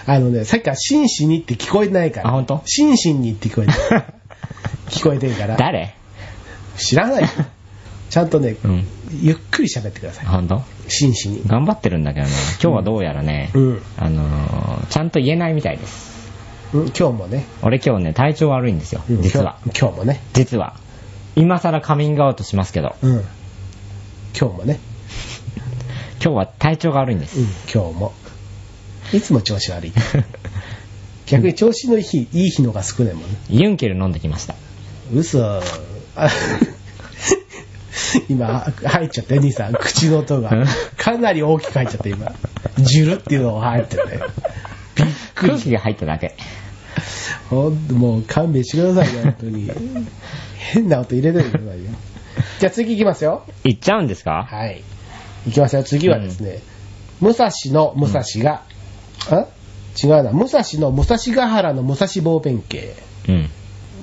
Speaker 2: あのね、さっきから真摯にって聞こえないから。
Speaker 1: あ本当
Speaker 2: 真摯にって聞こえ ない。聞こえてるから。
Speaker 1: 誰
Speaker 2: 知らないよ。ちゃんとね、
Speaker 1: うん。
Speaker 2: ゆっくり喋ってください。
Speaker 1: 本当
Speaker 2: 真摯に。
Speaker 1: 頑張ってるんだけどね、今日はどうやらね、
Speaker 2: うん
Speaker 1: あのーちゃんと言えないみたいです。
Speaker 2: うん、今日もね。
Speaker 1: 俺今日ね、体調悪いんですよ、
Speaker 2: うん
Speaker 1: 実は。
Speaker 2: 今日今日もね。
Speaker 1: 実は。今更カミングアウトしますけど、
Speaker 2: うん。今日もね。
Speaker 1: 今日は体調が悪いんで
Speaker 2: う
Speaker 1: す。
Speaker 2: ん、今日も。いつも調 子悪い。逆に調子のいい日、いい日のが少ないもんね。
Speaker 1: ユンケル飲んできました。
Speaker 2: 嘘。 あ今、入っちゃったよ、兄さん。口の音
Speaker 1: うん
Speaker 2: が。かなり大きく入っちゃった、今。ジュルっていうのが入ってたよ。びっく
Speaker 1: 空
Speaker 2: りし
Speaker 1: 気が入っただけ。
Speaker 2: た。ほんと、もう勘弁してくださいよ、本当に。変な音入れないでくださいよ。じゃあ次いきますよ。
Speaker 1: 行っちゃうんですか
Speaker 2: はい。いきますよ。次はですね、武蔵の武蔵が、あ違うな。武蔵の武蔵ヶ原の武蔵坊弁慶。
Speaker 1: うん。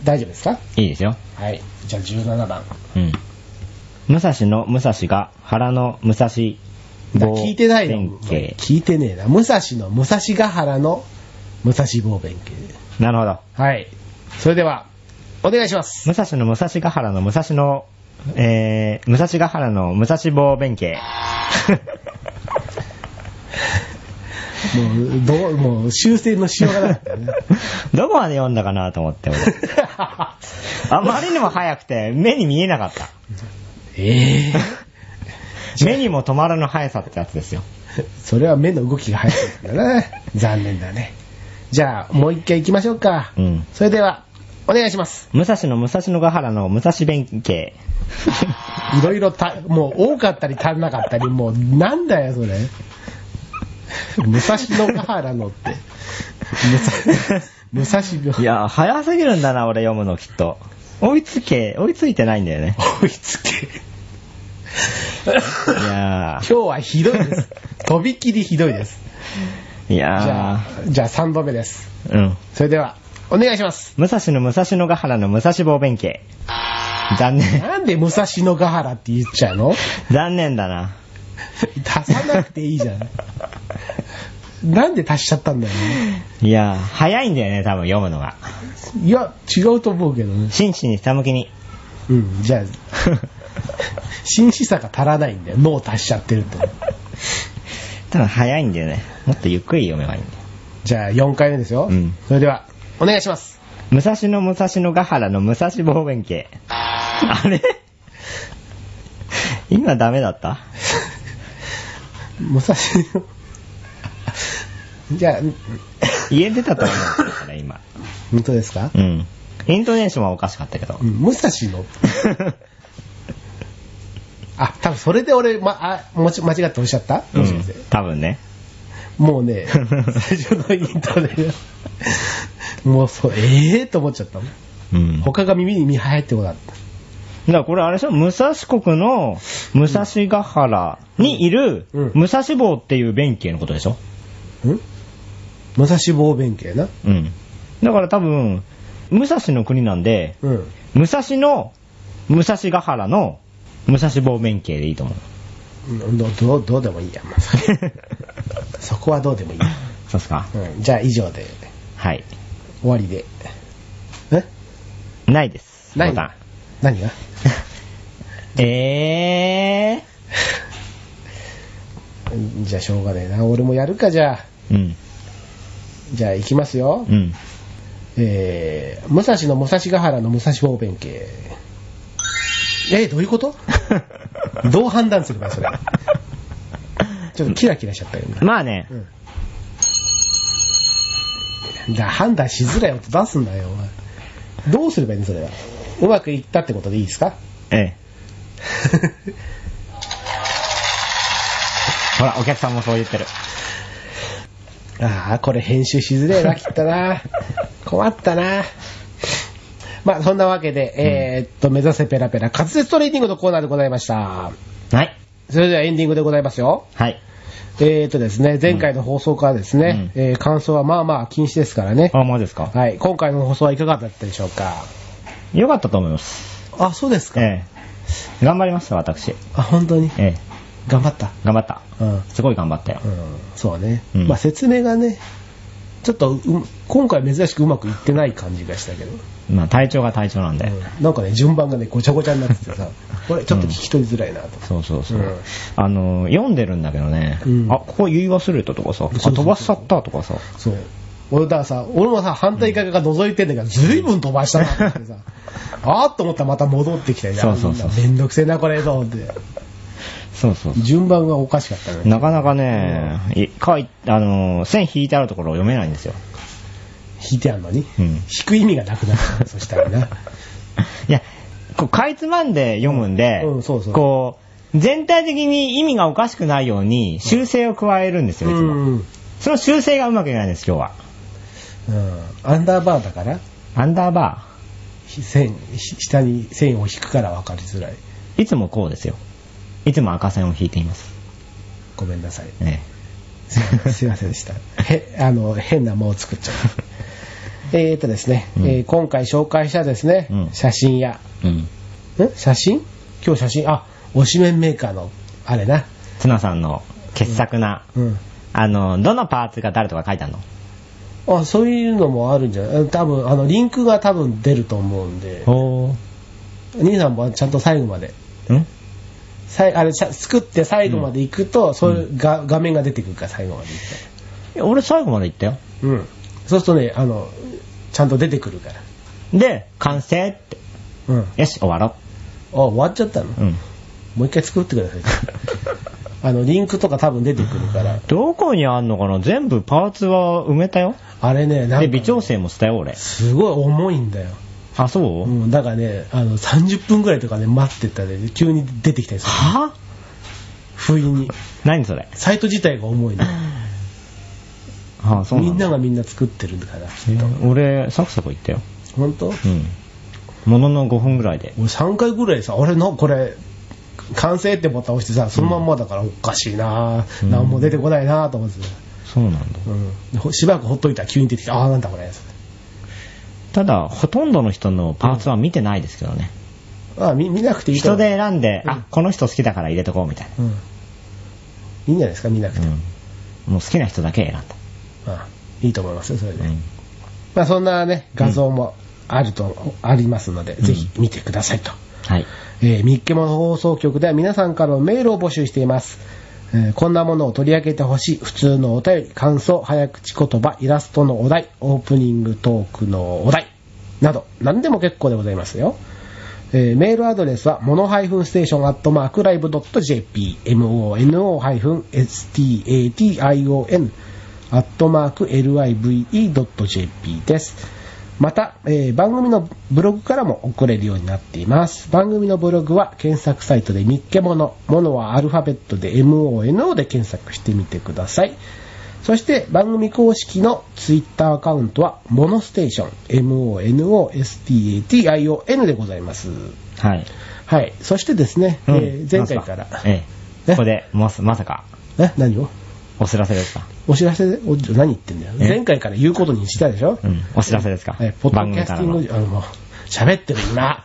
Speaker 2: 大丈夫ですか
Speaker 1: いいですよ。
Speaker 2: はい。じゃあ17番。
Speaker 1: うん。武蔵の武蔵が腹の武蔵
Speaker 2: だ
Speaker 1: 坊
Speaker 2: 聞いてないの
Speaker 1: 弁慶。
Speaker 2: 聞いてねえな。武蔵の武蔵ヶ原の武蔵坊弁慶。
Speaker 1: なるほど。
Speaker 2: はい。それでは、お願いします。
Speaker 1: 武蔵の武蔵ヶ原の武蔵の、えー、武蔵ヶ原の武蔵坊弁 慶。
Speaker 2: もう、どう、もう、修正のしようがなかったよね。
Speaker 1: どこまで読んだかなと思って、俺。あまりにも早くて、目に見えなかった。
Speaker 2: ええ
Speaker 1: 目にも止まらぬ速さってやつですよ。
Speaker 2: それは目の動きが早いんだな。 残念だね。じゃあ、もう一回行きましょうか。
Speaker 1: うん
Speaker 2: それでは、お願いします。
Speaker 1: 武蔵の武蔵野ヶ原の武蔵弁慶。
Speaker 2: いろいろた、もう多かったり足んなかったり、もうなんだよ、それ。武蔵野ヶ原のって。武蔵、武蔵
Speaker 1: い
Speaker 2: 病。
Speaker 1: や、早すぎるんだな、俺読むのきっと。追いつけ、追いついてないんだよね。
Speaker 2: 追いつけ。
Speaker 1: いや
Speaker 2: 今日はひどいです。とびきりひどいです。
Speaker 1: ー、い
Speaker 2: じゃあ
Speaker 1: や、
Speaker 2: じゃあ3度目です。
Speaker 1: ー、うん。
Speaker 2: それでは、お願いします。
Speaker 1: 武蔵の武蔵野ヶ原の武蔵坊弁慶。残念。
Speaker 2: なんで武蔵野ヶ原って言っちゃうの
Speaker 1: 残念だな。
Speaker 2: 足さなくていいじゃん。なんで足しちゃったんだよね。
Speaker 1: いやー、早いんだよね、多分読むのが。
Speaker 2: いや、違うと思うけどね。
Speaker 1: 真摯に下向きに。
Speaker 2: うん、じゃあ、 紳士さが足らないんだよ。脳足しちゃってると。
Speaker 1: 多分早いんだよね。もっとゆっくり読めばいいんだよ。
Speaker 2: じゃあ、4回目ですよ。
Speaker 1: うん
Speaker 2: それでは、お願いします。
Speaker 1: 武蔵野武蔵野ヶ原の武蔵坊弁慶。あれ今ダメだった
Speaker 2: 武蔵野。じゃあ、
Speaker 1: 家出たと思うんだから今。
Speaker 2: 本当ですか、
Speaker 1: うん。イントネーションはおかしかったけど
Speaker 2: う。ん、武蔵の。あ、多分それで俺、ま、あ、もち、間違っておっしゃった、
Speaker 1: う
Speaker 2: もしか
Speaker 1: ん
Speaker 2: して。
Speaker 1: 多分ね。
Speaker 2: も うね、最初のイントネもうそう、ええー、と思っちゃったもん。
Speaker 1: うん。だか
Speaker 2: 他が耳に見入ってこなかった。
Speaker 1: らこれあれでしょ武蔵国の武蔵ヶ原にいる
Speaker 2: うん
Speaker 1: 武蔵坊っていう弁慶のことでしょ
Speaker 2: ん武蔵坊弁慶な。
Speaker 1: うん。だから多分、武蔵の国なんで、
Speaker 2: うん。
Speaker 1: 武蔵の武蔵ヶ原の武蔵坊弁慶でいいと思う。
Speaker 2: うんどどうどうでもいいや、まあ、そ れ そこはどうでもいいや、
Speaker 1: そうっすか
Speaker 2: うん、じゃあ以上で
Speaker 1: はい。
Speaker 2: 終わりでえ
Speaker 1: ないです。
Speaker 2: ない
Speaker 1: ボタ
Speaker 2: 何が
Speaker 1: ン え
Speaker 2: うんじゃあしょうがねえな俺もやるかじゃあ
Speaker 1: ー。うん。
Speaker 2: じゃあ行きますよ、
Speaker 1: うん。
Speaker 2: えー、武蔵の武蔵ヶ原の武蔵坊弁慶えー、どういうこと どう判断すればそれちょっとキラキラしちゃったよね、
Speaker 1: まあね、
Speaker 2: うん、だ判断しづらい音出すんだよお前どうすればいいのそれはうまくいったってことでいいです か
Speaker 1: ええ。ほら、お客さんもそう言ってる。
Speaker 2: ああこれ編集しづれえなきったな困ったなまあそんなわけで、えーっと目指せペラペラ滑舌トレーニングのコーナーでございました
Speaker 1: はい。
Speaker 2: それではエンディングでございますよ
Speaker 1: はい。
Speaker 2: えーっとですね前回の放送からですね、えー感想はまあまあ禁止ですからね
Speaker 1: あ、マジですか
Speaker 2: はい今回の放送はいかがだったでしょうか
Speaker 1: よかったと思います。
Speaker 2: あそうです
Speaker 1: ええ。頑張りました、私。
Speaker 2: あ本当に
Speaker 1: ええ。
Speaker 2: 頑張った
Speaker 1: 頑張った。
Speaker 2: うん
Speaker 1: すごい頑張ったよ
Speaker 2: う。んそうね、
Speaker 1: うん
Speaker 2: まあ説明がね、ちょっとう今回珍しくうまくいってない感じがしたけど、
Speaker 1: まあ体調が体調なんで。
Speaker 2: うんなんかね順番がねごちゃごちゃになっててさ これちょっと聞き取りづらいなと、
Speaker 1: そうそうそう。
Speaker 2: うん
Speaker 1: あの、読んでるんだけどね、
Speaker 2: うん
Speaker 1: あ、ここ言い忘れたとかさ、あ、
Speaker 2: そうそうそう
Speaker 1: 飛ばしちゃったとかさ、
Speaker 2: そう俺だからさ俺もさ反対側が覗いてんだけど、ずいぶん飛ばしたなと 思ってさあーっと思ったらまた戻ってきたりな
Speaker 1: そうそうそう
Speaker 2: めんどくせえなこれと思って
Speaker 1: そうそうそ
Speaker 2: 順番がおかしかったね
Speaker 1: う。なかなかね、い書いあの、線引いてあるところを読めないんですよ。
Speaker 2: 引いてあんのに、
Speaker 1: うん
Speaker 2: 引く意味がなくなったねそした らな
Speaker 1: いや、こう、かいつまんで読むんで、
Speaker 2: うんうんそうそう
Speaker 1: こう、全体的に意味がおかしくないように修正を加えるんです
Speaker 2: う
Speaker 1: よ、いつも。
Speaker 2: ん、うん、
Speaker 1: その修正がうまくいかないんです、今日は。
Speaker 2: アンダーバーだから
Speaker 1: アンダーバ
Speaker 2: ひ線ひ下に線を引くから分かりづらい
Speaker 1: ー、いつもこうですよ。いつも赤線を引いています。
Speaker 2: ごめんなさい
Speaker 1: ね、
Speaker 2: すいませんすい ませんでした。へあの変な間を作っちゃった。えーとですね、
Speaker 1: うん
Speaker 2: えー今回紹介したですね、
Speaker 1: うん
Speaker 2: 写真や、
Speaker 1: うん。
Speaker 2: ん写真今日写真、あ、おしめんメーカーの、あれな。
Speaker 1: ツナさんの傑作な、
Speaker 2: うん。
Speaker 1: あの、どのパーツが誰とか書いてあるの
Speaker 2: あ、そういうのもあるんじゃないうん多分、あの、リンクが多分出ると思うんで、
Speaker 1: お
Speaker 2: 兄さんもちゃんと最後まで、
Speaker 1: ん
Speaker 2: さいあれ、さ作って最後まで行くと、そういうが画面が出てくるから、最後まで行っ
Speaker 1: いや俺最後まで行ったよ。
Speaker 2: たら。うん。そうするとね、あの、ちゃんと出てくるから。
Speaker 1: で、完成って。
Speaker 2: うん。あ、
Speaker 1: よし、終わろ
Speaker 2: 終わっちゃったの
Speaker 1: う。うん。
Speaker 2: もう一回作ってください。 あの、リンクとか多分出てくるから。
Speaker 1: どこにあんのかな全部パーツは埋めたよ。
Speaker 2: あれね、な
Speaker 1: で、
Speaker 2: んか
Speaker 1: 微調整もしたよ、俺。
Speaker 2: すごい重いんだよ。
Speaker 1: あ、そう、
Speaker 2: うん、だからね、あの、30分ぐらいとかね、待ってたらね、急に出てきたりする。
Speaker 1: は
Speaker 2: 不意に。
Speaker 1: 何 それ
Speaker 2: サイト自体が重いの。
Speaker 1: あそう
Speaker 2: み
Speaker 1: なん
Speaker 2: ん
Speaker 1: だ
Speaker 2: ながみんな作ってるから。
Speaker 1: えー俺、サクサク行ったよ。
Speaker 2: 本当
Speaker 1: うん。ものの5分ぐらいで。
Speaker 2: 俺3回ぐらいさ、あれの、これ、完成ってボタン押してさ、そのまんまだからおかしいなぁ、
Speaker 1: うん
Speaker 2: 何も出てこないなぁと思ってさ
Speaker 1: そうなんだ。
Speaker 2: うんでほしばらくほっといたら急に出てきて、ああ、なんだこれ。
Speaker 1: ただ、ほとんどの人のパーツは見てないですけどね。
Speaker 2: あ見見なくていい
Speaker 1: 人
Speaker 2: と思う
Speaker 1: で選んで、
Speaker 2: うん
Speaker 1: あ、この人好きだから入れとこうみたい
Speaker 2: うん。いいんじゃないですか、見なく
Speaker 1: な。
Speaker 2: て。
Speaker 1: うん。もう好きな人だけ選んだ。
Speaker 2: あいいと思いますよ、それで。
Speaker 1: うん
Speaker 2: まあ、そんなね、画像もあると、ありますので、
Speaker 1: ん
Speaker 2: ぜひ見てくださいと。
Speaker 1: はい。
Speaker 2: えー、みっけもの放送局では皆さんからのメールを募集しています。えーこんなものを取り上げてほしい、普通のお便り、感想、早口言葉、イラストのお題、オープニングトークのお題、など、何でも結構でございますよ。えーメールアドレスは、モノハイフンステーションアットマークライブドット JP、mono ハイフン station アットマーク live.jp です。また、えー番組のブログからも送れるようになっています。番組のブログは検索サイトでみっけもの、ものはアルファベットで MONO で検索してみてください。そして番組公式のツイッターアカウントは、モノステーション、MONOSTATION でございます。
Speaker 1: はい。
Speaker 2: はい。そしてですね、
Speaker 1: うん
Speaker 2: えー前回から、
Speaker 1: なんすええ。
Speaker 2: え
Speaker 1: ここで、まさまさか、
Speaker 2: え、何を
Speaker 1: お知らせですか
Speaker 2: お知らせで、お何言ってんだよ。
Speaker 1: え
Speaker 2: 前回から言うことにしたでしょ
Speaker 1: うん。お知らせですか
Speaker 2: え、ポッドキャス
Speaker 1: か
Speaker 2: テ
Speaker 1: ら
Speaker 2: ィン
Speaker 1: の
Speaker 2: グ。、あの、もう喋ってる今。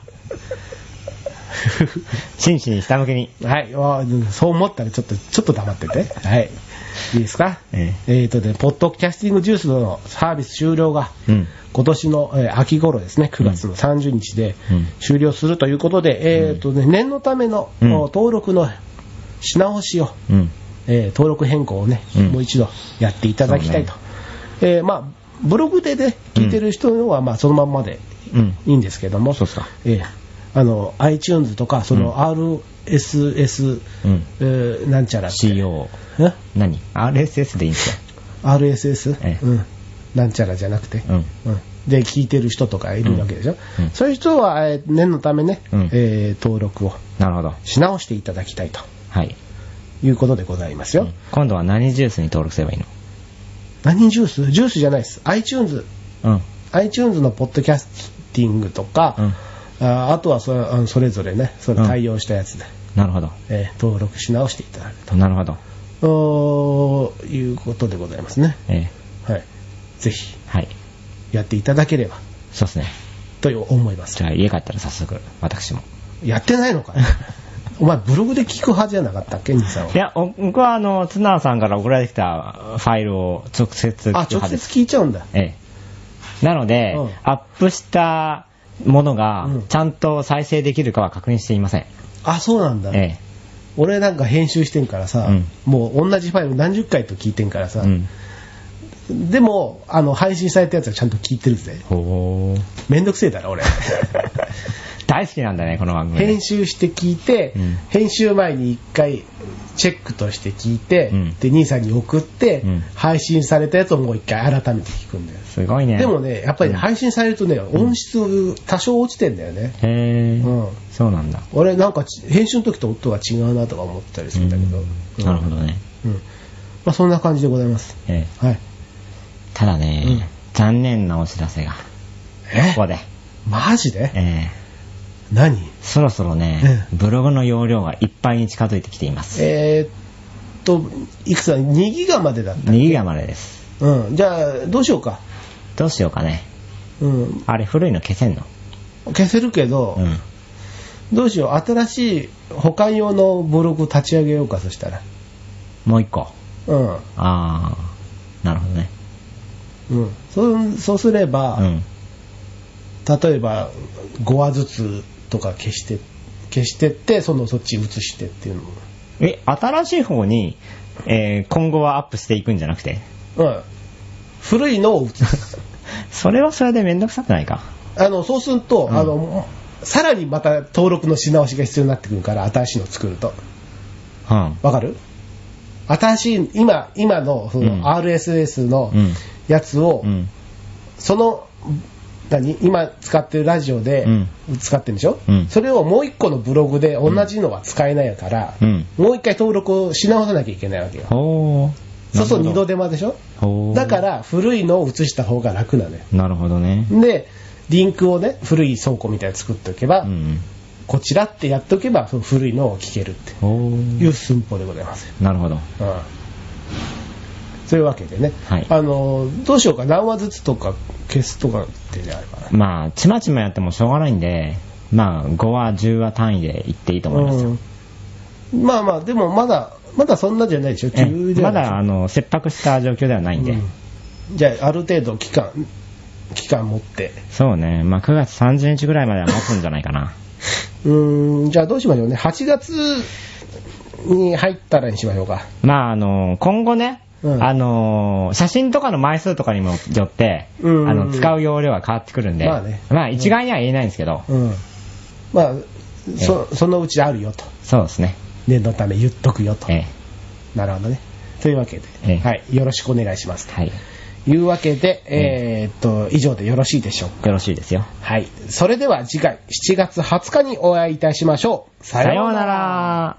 Speaker 1: 真摯に下向けに。
Speaker 2: はい、わあそう思ったらちょっと、ちょっと黙ってて。はい。いいですか
Speaker 1: え
Speaker 2: ーとね、ポッドキャスティングジュースのサービス終了が、
Speaker 1: うん。
Speaker 2: 今年の、えー秋頃ですね、9月の30日で
Speaker 1: うん
Speaker 2: 終了するということで、えーとね、念のための、
Speaker 1: うん
Speaker 2: お登録のし直しを、
Speaker 1: うん。
Speaker 2: えー登録変更をね、
Speaker 1: うん
Speaker 2: もう一度やっていただきたいと。えーまあ、ブログでね、聞いてる人のは、まあ、そのまんまで
Speaker 1: うん。
Speaker 2: いいんですけども、
Speaker 1: そうっすか
Speaker 2: ええあの iTunes とか、その RSS、
Speaker 1: うん
Speaker 2: えーなんちゃらって、
Speaker 1: CO。
Speaker 2: え
Speaker 1: 何 ?RSS でいいんですよ。
Speaker 2: RSS、
Speaker 1: ええ
Speaker 2: うん、なんちゃらじゃなくて、
Speaker 1: うん
Speaker 2: で、聞いてる人とかいるわけでしょ、
Speaker 1: うんうん
Speaker 2: そういう人は、えー念のためね、
Speaker 1: うん
Speaker 2: えー登録を
Speaker 1: なるほど。
Speaker 2: し直していただきたいと
Speaker 1: はい。
Speaker 2: いうことでございますよ。
Speaker 1: うん今度は何ジュースに登録すればいい
Speaker 2: 何ジュースジュースじゃないです、iTunes、
Speaker 1: のうん。
Speaker 2: iTunes のポッドキャスティングとか、
Speaker 1: うん
Speaker 2: ああとはそれあのそれぞれね、それ対応したやつで。
Speaker 1: なるほど。
Speaker 2: えー登録し直していただく
Speaker 1: なるほど。
Speaker 2: ということでございますね。
Speaker 1: ええ。
Speaker 2: はい。ぜひ、
Speaker 1: はい。
Speaker 2: やっていただければ、
Speaker 1: そうですね。
Speaker 2: と思います
Speaker 1: じ。ゃあ家帰ったら早速、私も。 。
Speaker 2: やってないのかお前ブログで聞く派じゃなかったっけ兄さんはい
Speaker 1: や、お僕はあの、ツナーさんから送られてきたファイルを直接聞く
Speaker 2: あ、
Speaker 1: 派
Speaker 2: 直
Speaker 1: で
Speaker 2: 接
Speaker 1: す。
Speaker 2: 聞いちゃうんだ。
Speaker 1: ええ。なので、
Speaker 2: うん
Speaker 1: アップしたものが
Speaker 2: うん
Speaker 1: ちゃんと再生できるかは確認していません。
Speaker 2: あ、そうなんだ。
Speaker 1: え
Speaker 2: 俺なんか編集してんからさ、
Speaker 1: うん
Speaker 2: もう同じファイル何十回と聞いてんから
Speaker 1: え。
Speaker 2: さ、
Speaker 1: うん。
Speaker 2: でも、あの、配信されたやつはちゃんと聞いてるぜ。
Speaker 1: ほー。
Speaker 2: めんどくせえだ ろ、俺。
Speaker 1: 大好きなんだね、この番組ね。
Speaker 2: 編集して聞いて、
Speaker 1: うん
Speaker 2: 編集前に一回チェックとして聞いて、
Speaker 1: うん
Speaker 2: で、兄さんに送って、
Speaker 1: うん
Speaker 2: 配信されたやつをもう一回改めて聞くんだよ。
Speaker 1: すごいね。
Speaker 2: でも。ね、やっぱり配信されるとね、音質多少落ちてんだよね。
Speaker 1: へー。
Speaker 2: うん。
Speaker 1: そうなんだ。
Speaker 2: 俺なんかち編集の時と音が違うなとか思ったりするんだけど。
Speaker 1: うんなるほどね。
Speaker 2: うん。まあそんな感じでございます。
Speaker 1: ええ。
Speaker 2: はい。
Speaker 1: ただね、
Speaker 2: うん
Speaker 1: 残念なお知らせが、
Speaker 2: え
Speaker 1: ここで。
Speaker 2: マジで
Speaker 1: ええ。
Speaker 2: 何
Speaker 1: そろそろね、ブログの容量がいっぱいに近づいてきています。
Speaker 2: えーっと、いくつだ ?2 ギガまでだった。
Speaker 1: 右がまでです。
Speaker 2: うん。じゃあ、どうしようか。
Speaker 1: どうしようかね。
Speaker 2: うん。
Speaker 1: あれ、古いの消せんの
Speaker 2: 消せるけど、
Speaker 1: うん。
Speaker 2: どうしよう。新しい保管用のブログ立ち上げようか、そしたら。
Speaker 1: もう一個。
Speaker 2: うん。
Speaker 1: あー、なるほどね。
Speaker 2: うん。そうそうすれば、
Speaker 1: うん。
Speaker 2: 例えば5話ずつとか消して消してってそのそっち移してっていうのも
Speaker 1: え、新しい方に、えー今後はアップしていくんじゃなくて
Speaker 2: うん古いのを移 す
Speaker 1: それはそれでめんどくさくないか。
Speaker 2: あのそうすると、
Speaker 1: うん
Speaker 2: あのさらにまた登録のし直しが必要になってくるから新しいのを作ると
Speaker 1: うん。
Speaker 2: わかる新しい今今のそ
Speaker 1: うん
Speaker 2: の RSS の
Speaker 1: うん
Speaker 2: やつを、
Speaker 1: うん。
Speaker 2: その何今使ってるラジオで使ってるんでしょ、
Speaker 1: うん
Speaker 2: それをもう一個のブログで同じのは使えないから、
Speaker 1: うん。
Speaker 2: もう一回登録をし直さなきゃいけないわけよ。
Speaker 1: ほー。
Speaker 2: そうそう、
Speaker 1: な
Speaker 2: 二
Speaker 1: るほ
Speaker 2: 度
Speaker 1: ど
Speaker 2: 手間でしょ
Speaker 1: ほー
Speaker 2: だから、古いのを移した方が楽なのよ。
Speaker 1: なるほどね。
Speaker 2: で、リンクをね、古い倉庫みたいなの作っておけば、
Speaker 1: うん。
Speaker 2: こちらってやっとけば、その古いのを聞けるって
Speaker 1: ほ
Speaker 2: い
Speaker 1: ー。
Speaker 2: う寸法でございますよ。
Speaker 1: なるほど。
Speaker 2: うん。そういうわけでね、
Speaker 1: はい
Speaker 2: あの、どうしようか、何話ずつとか消すとかってねあればね。
Speaker 1: まあ、ちまちまやってもしょうがないんで、まあ、5話、10話単位でいっていいと思いますよ。
Speaker 2: うんまあまあ、でもまだ、まだそんなじゃないでしょ、
Speaker 1: え
Speaker 2: 急じゃ
Speaker 1: ま
Speaker 2: ないでしょ
Speaker 1: だ、あの、切迫した状況ではないんで。
Speaker 2: うんじゃあ、ある程度期間、期間持って。
Speaker 1: そうね。まあ、9月30日ぐらいまでは持つんじゃないかな。
Speaker 2: うーん、じゃあどうしましょうね。8月に入ったらにしましょうか。
Speaker 1: まあ、あの、今後ね、
Speaker 2: うん
Speaker 1: あの、写真とかの枚数とかにもよって、あ
Speaker 2: うん
Speaker 1: の、使う容量は変わってくるんで、
Speaker 2: まあね
Speaker 1: まあ一概には言えないんですけど、
Speaker 2: うん。まあ、そそのうちあるよと。
Speaker 1: そうですね。
Speaker 2: 念のため言っとくよと。
Speaker 1: え
Speaker 2: なるほどね。というわけで、
Speaker 1: ええ
Speaker 2: はい、よろしくお願いします
Speaker 1: えはい。
Speaker 2: というわけで、えーっと、以上でよろしいでしょうか。
Speaker 1: よろしいですよ。
Speaker 2: はい。それでは次回、7月20日にお会いいたしましょう。
Speaker 1: さようなら。